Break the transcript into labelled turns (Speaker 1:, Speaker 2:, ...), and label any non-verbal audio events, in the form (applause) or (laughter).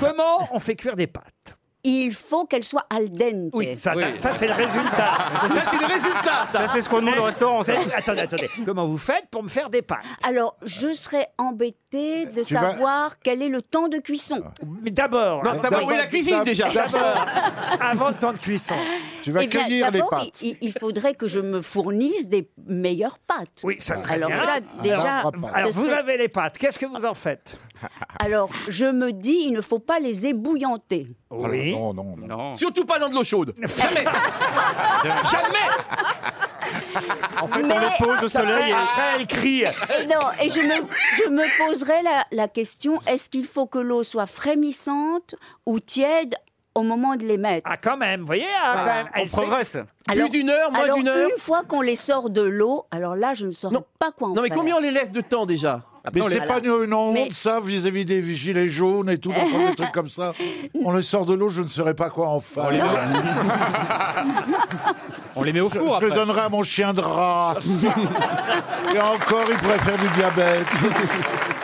Speaker 1: Comment on fait cuire des pâtes
Speaker 2: Il faut qu'elle soit al dente.
Speaker 1: Oui, ça,
Speaker 3: Oui.
Speaker 1: ça c'est le résultat.
Speaker 4: (laughs)
Speaker 1: Eh,
Speaker 3: Ça, c'est le résultat, ça.
Speaker 4: Ça, c'est ce qu'on demande au restaurant. ça.
Speaker 1: attendez, attendez. Comment vous faites pour me faire des pâtes
Speaker 2: Alors, je serais embêtée de
Speaker 5: vas- Ah.
Speaker 2: savoir quel est le temps de cuisson.
Speaker 1: Mais d'abord,
Speaker 3: Non, t'as
Speaker 5: D'abord-
Speaker 3: brûlé la cuisine,
Speaker 5: d'ab-
Speaker 3: déjà.
Speaker 4: (laughs)
Speaker 5: d'abord,
Speaker 1: avant le temps de cuisson.
Speaker 5: tu vas
Speaker 2: Eh bien,
Speaker 5: cueillir les
Speaker 2: d'abord,
Speaker 5: pâtes.
Speaker 2: Il, il faudrait que je me fournisse des meilleures pâtes.
Speaker 1: Oui, ça très
Speaker 2: Alors
Speaker 1: bien.
Speaker 2: là, déjà,
Speaker 5: Ah, bah,
Speaker 1: Alors,
Speaker 2: ce
Speaker 1: vous
Speaker 2: serait-
Speaker 1: avez les pâtes. Qu'est-ce que vous en faites
Speaker 2: alors je me dis, il ne faut pas les ébouillanter.
Speaker 5: Ah,
Speaker 1: Oui.
Speaker 5: non, non, non.
Speaker 4: Non.
Speaker 3: Surtout pas dans de l'eau chaude. Jamais. Jamais.
Speaker 4: En fait, on les pose au soleil et après, elle crie.
Speaker 2: Et eh, non, et je me, je me poserai la, la question est-ce qu'il faut que l'eau soit frémissante ou tiède au moment de les mettre
Speaker 1: Ah, quand même, vous voyez ah, quand même,
Speaker 4: On
Speaker 1: elle sait-
Speaker 4: progresse.
Speaker 2: Alors-
Speaker 3: Ah, Plus d'une heure, moins
Speaker 2: Alors,
Speaker 3: d'une heure.
Speaker 2: une fois qu'on les sort de l'eau, alors là, je ne saurais
Speaker 3: Non.
Speaker 2: pas quoi en
Speaker 3: Non, mais
Speaker 2: faire.
Speaker 3: combien on les laisse de temps déjà
Speaker 5: Mais
Speaker 3: on les-
Speaker 5: c'est pas une, une honte,
Speaker 2: Mais-
Speaker 5: ça, vis-à-vis des gilets jaunes et tout, d'autres des trucs comme ça.
Speaker 2: (laughs)
Speaker 5: On les sort de l'eau, je ne saurais pas quoi en faire. (laughs)
Speaker 4: On les met au
Speaker 5: Je,
Speaker 4: four
Speaker 5: je le
Speaker 4: après.
Speaker 5: donnerai
Speaker 4: (laughs)
Speaker 5: à mon chien de race. et encore, il pourrait faire du diabète.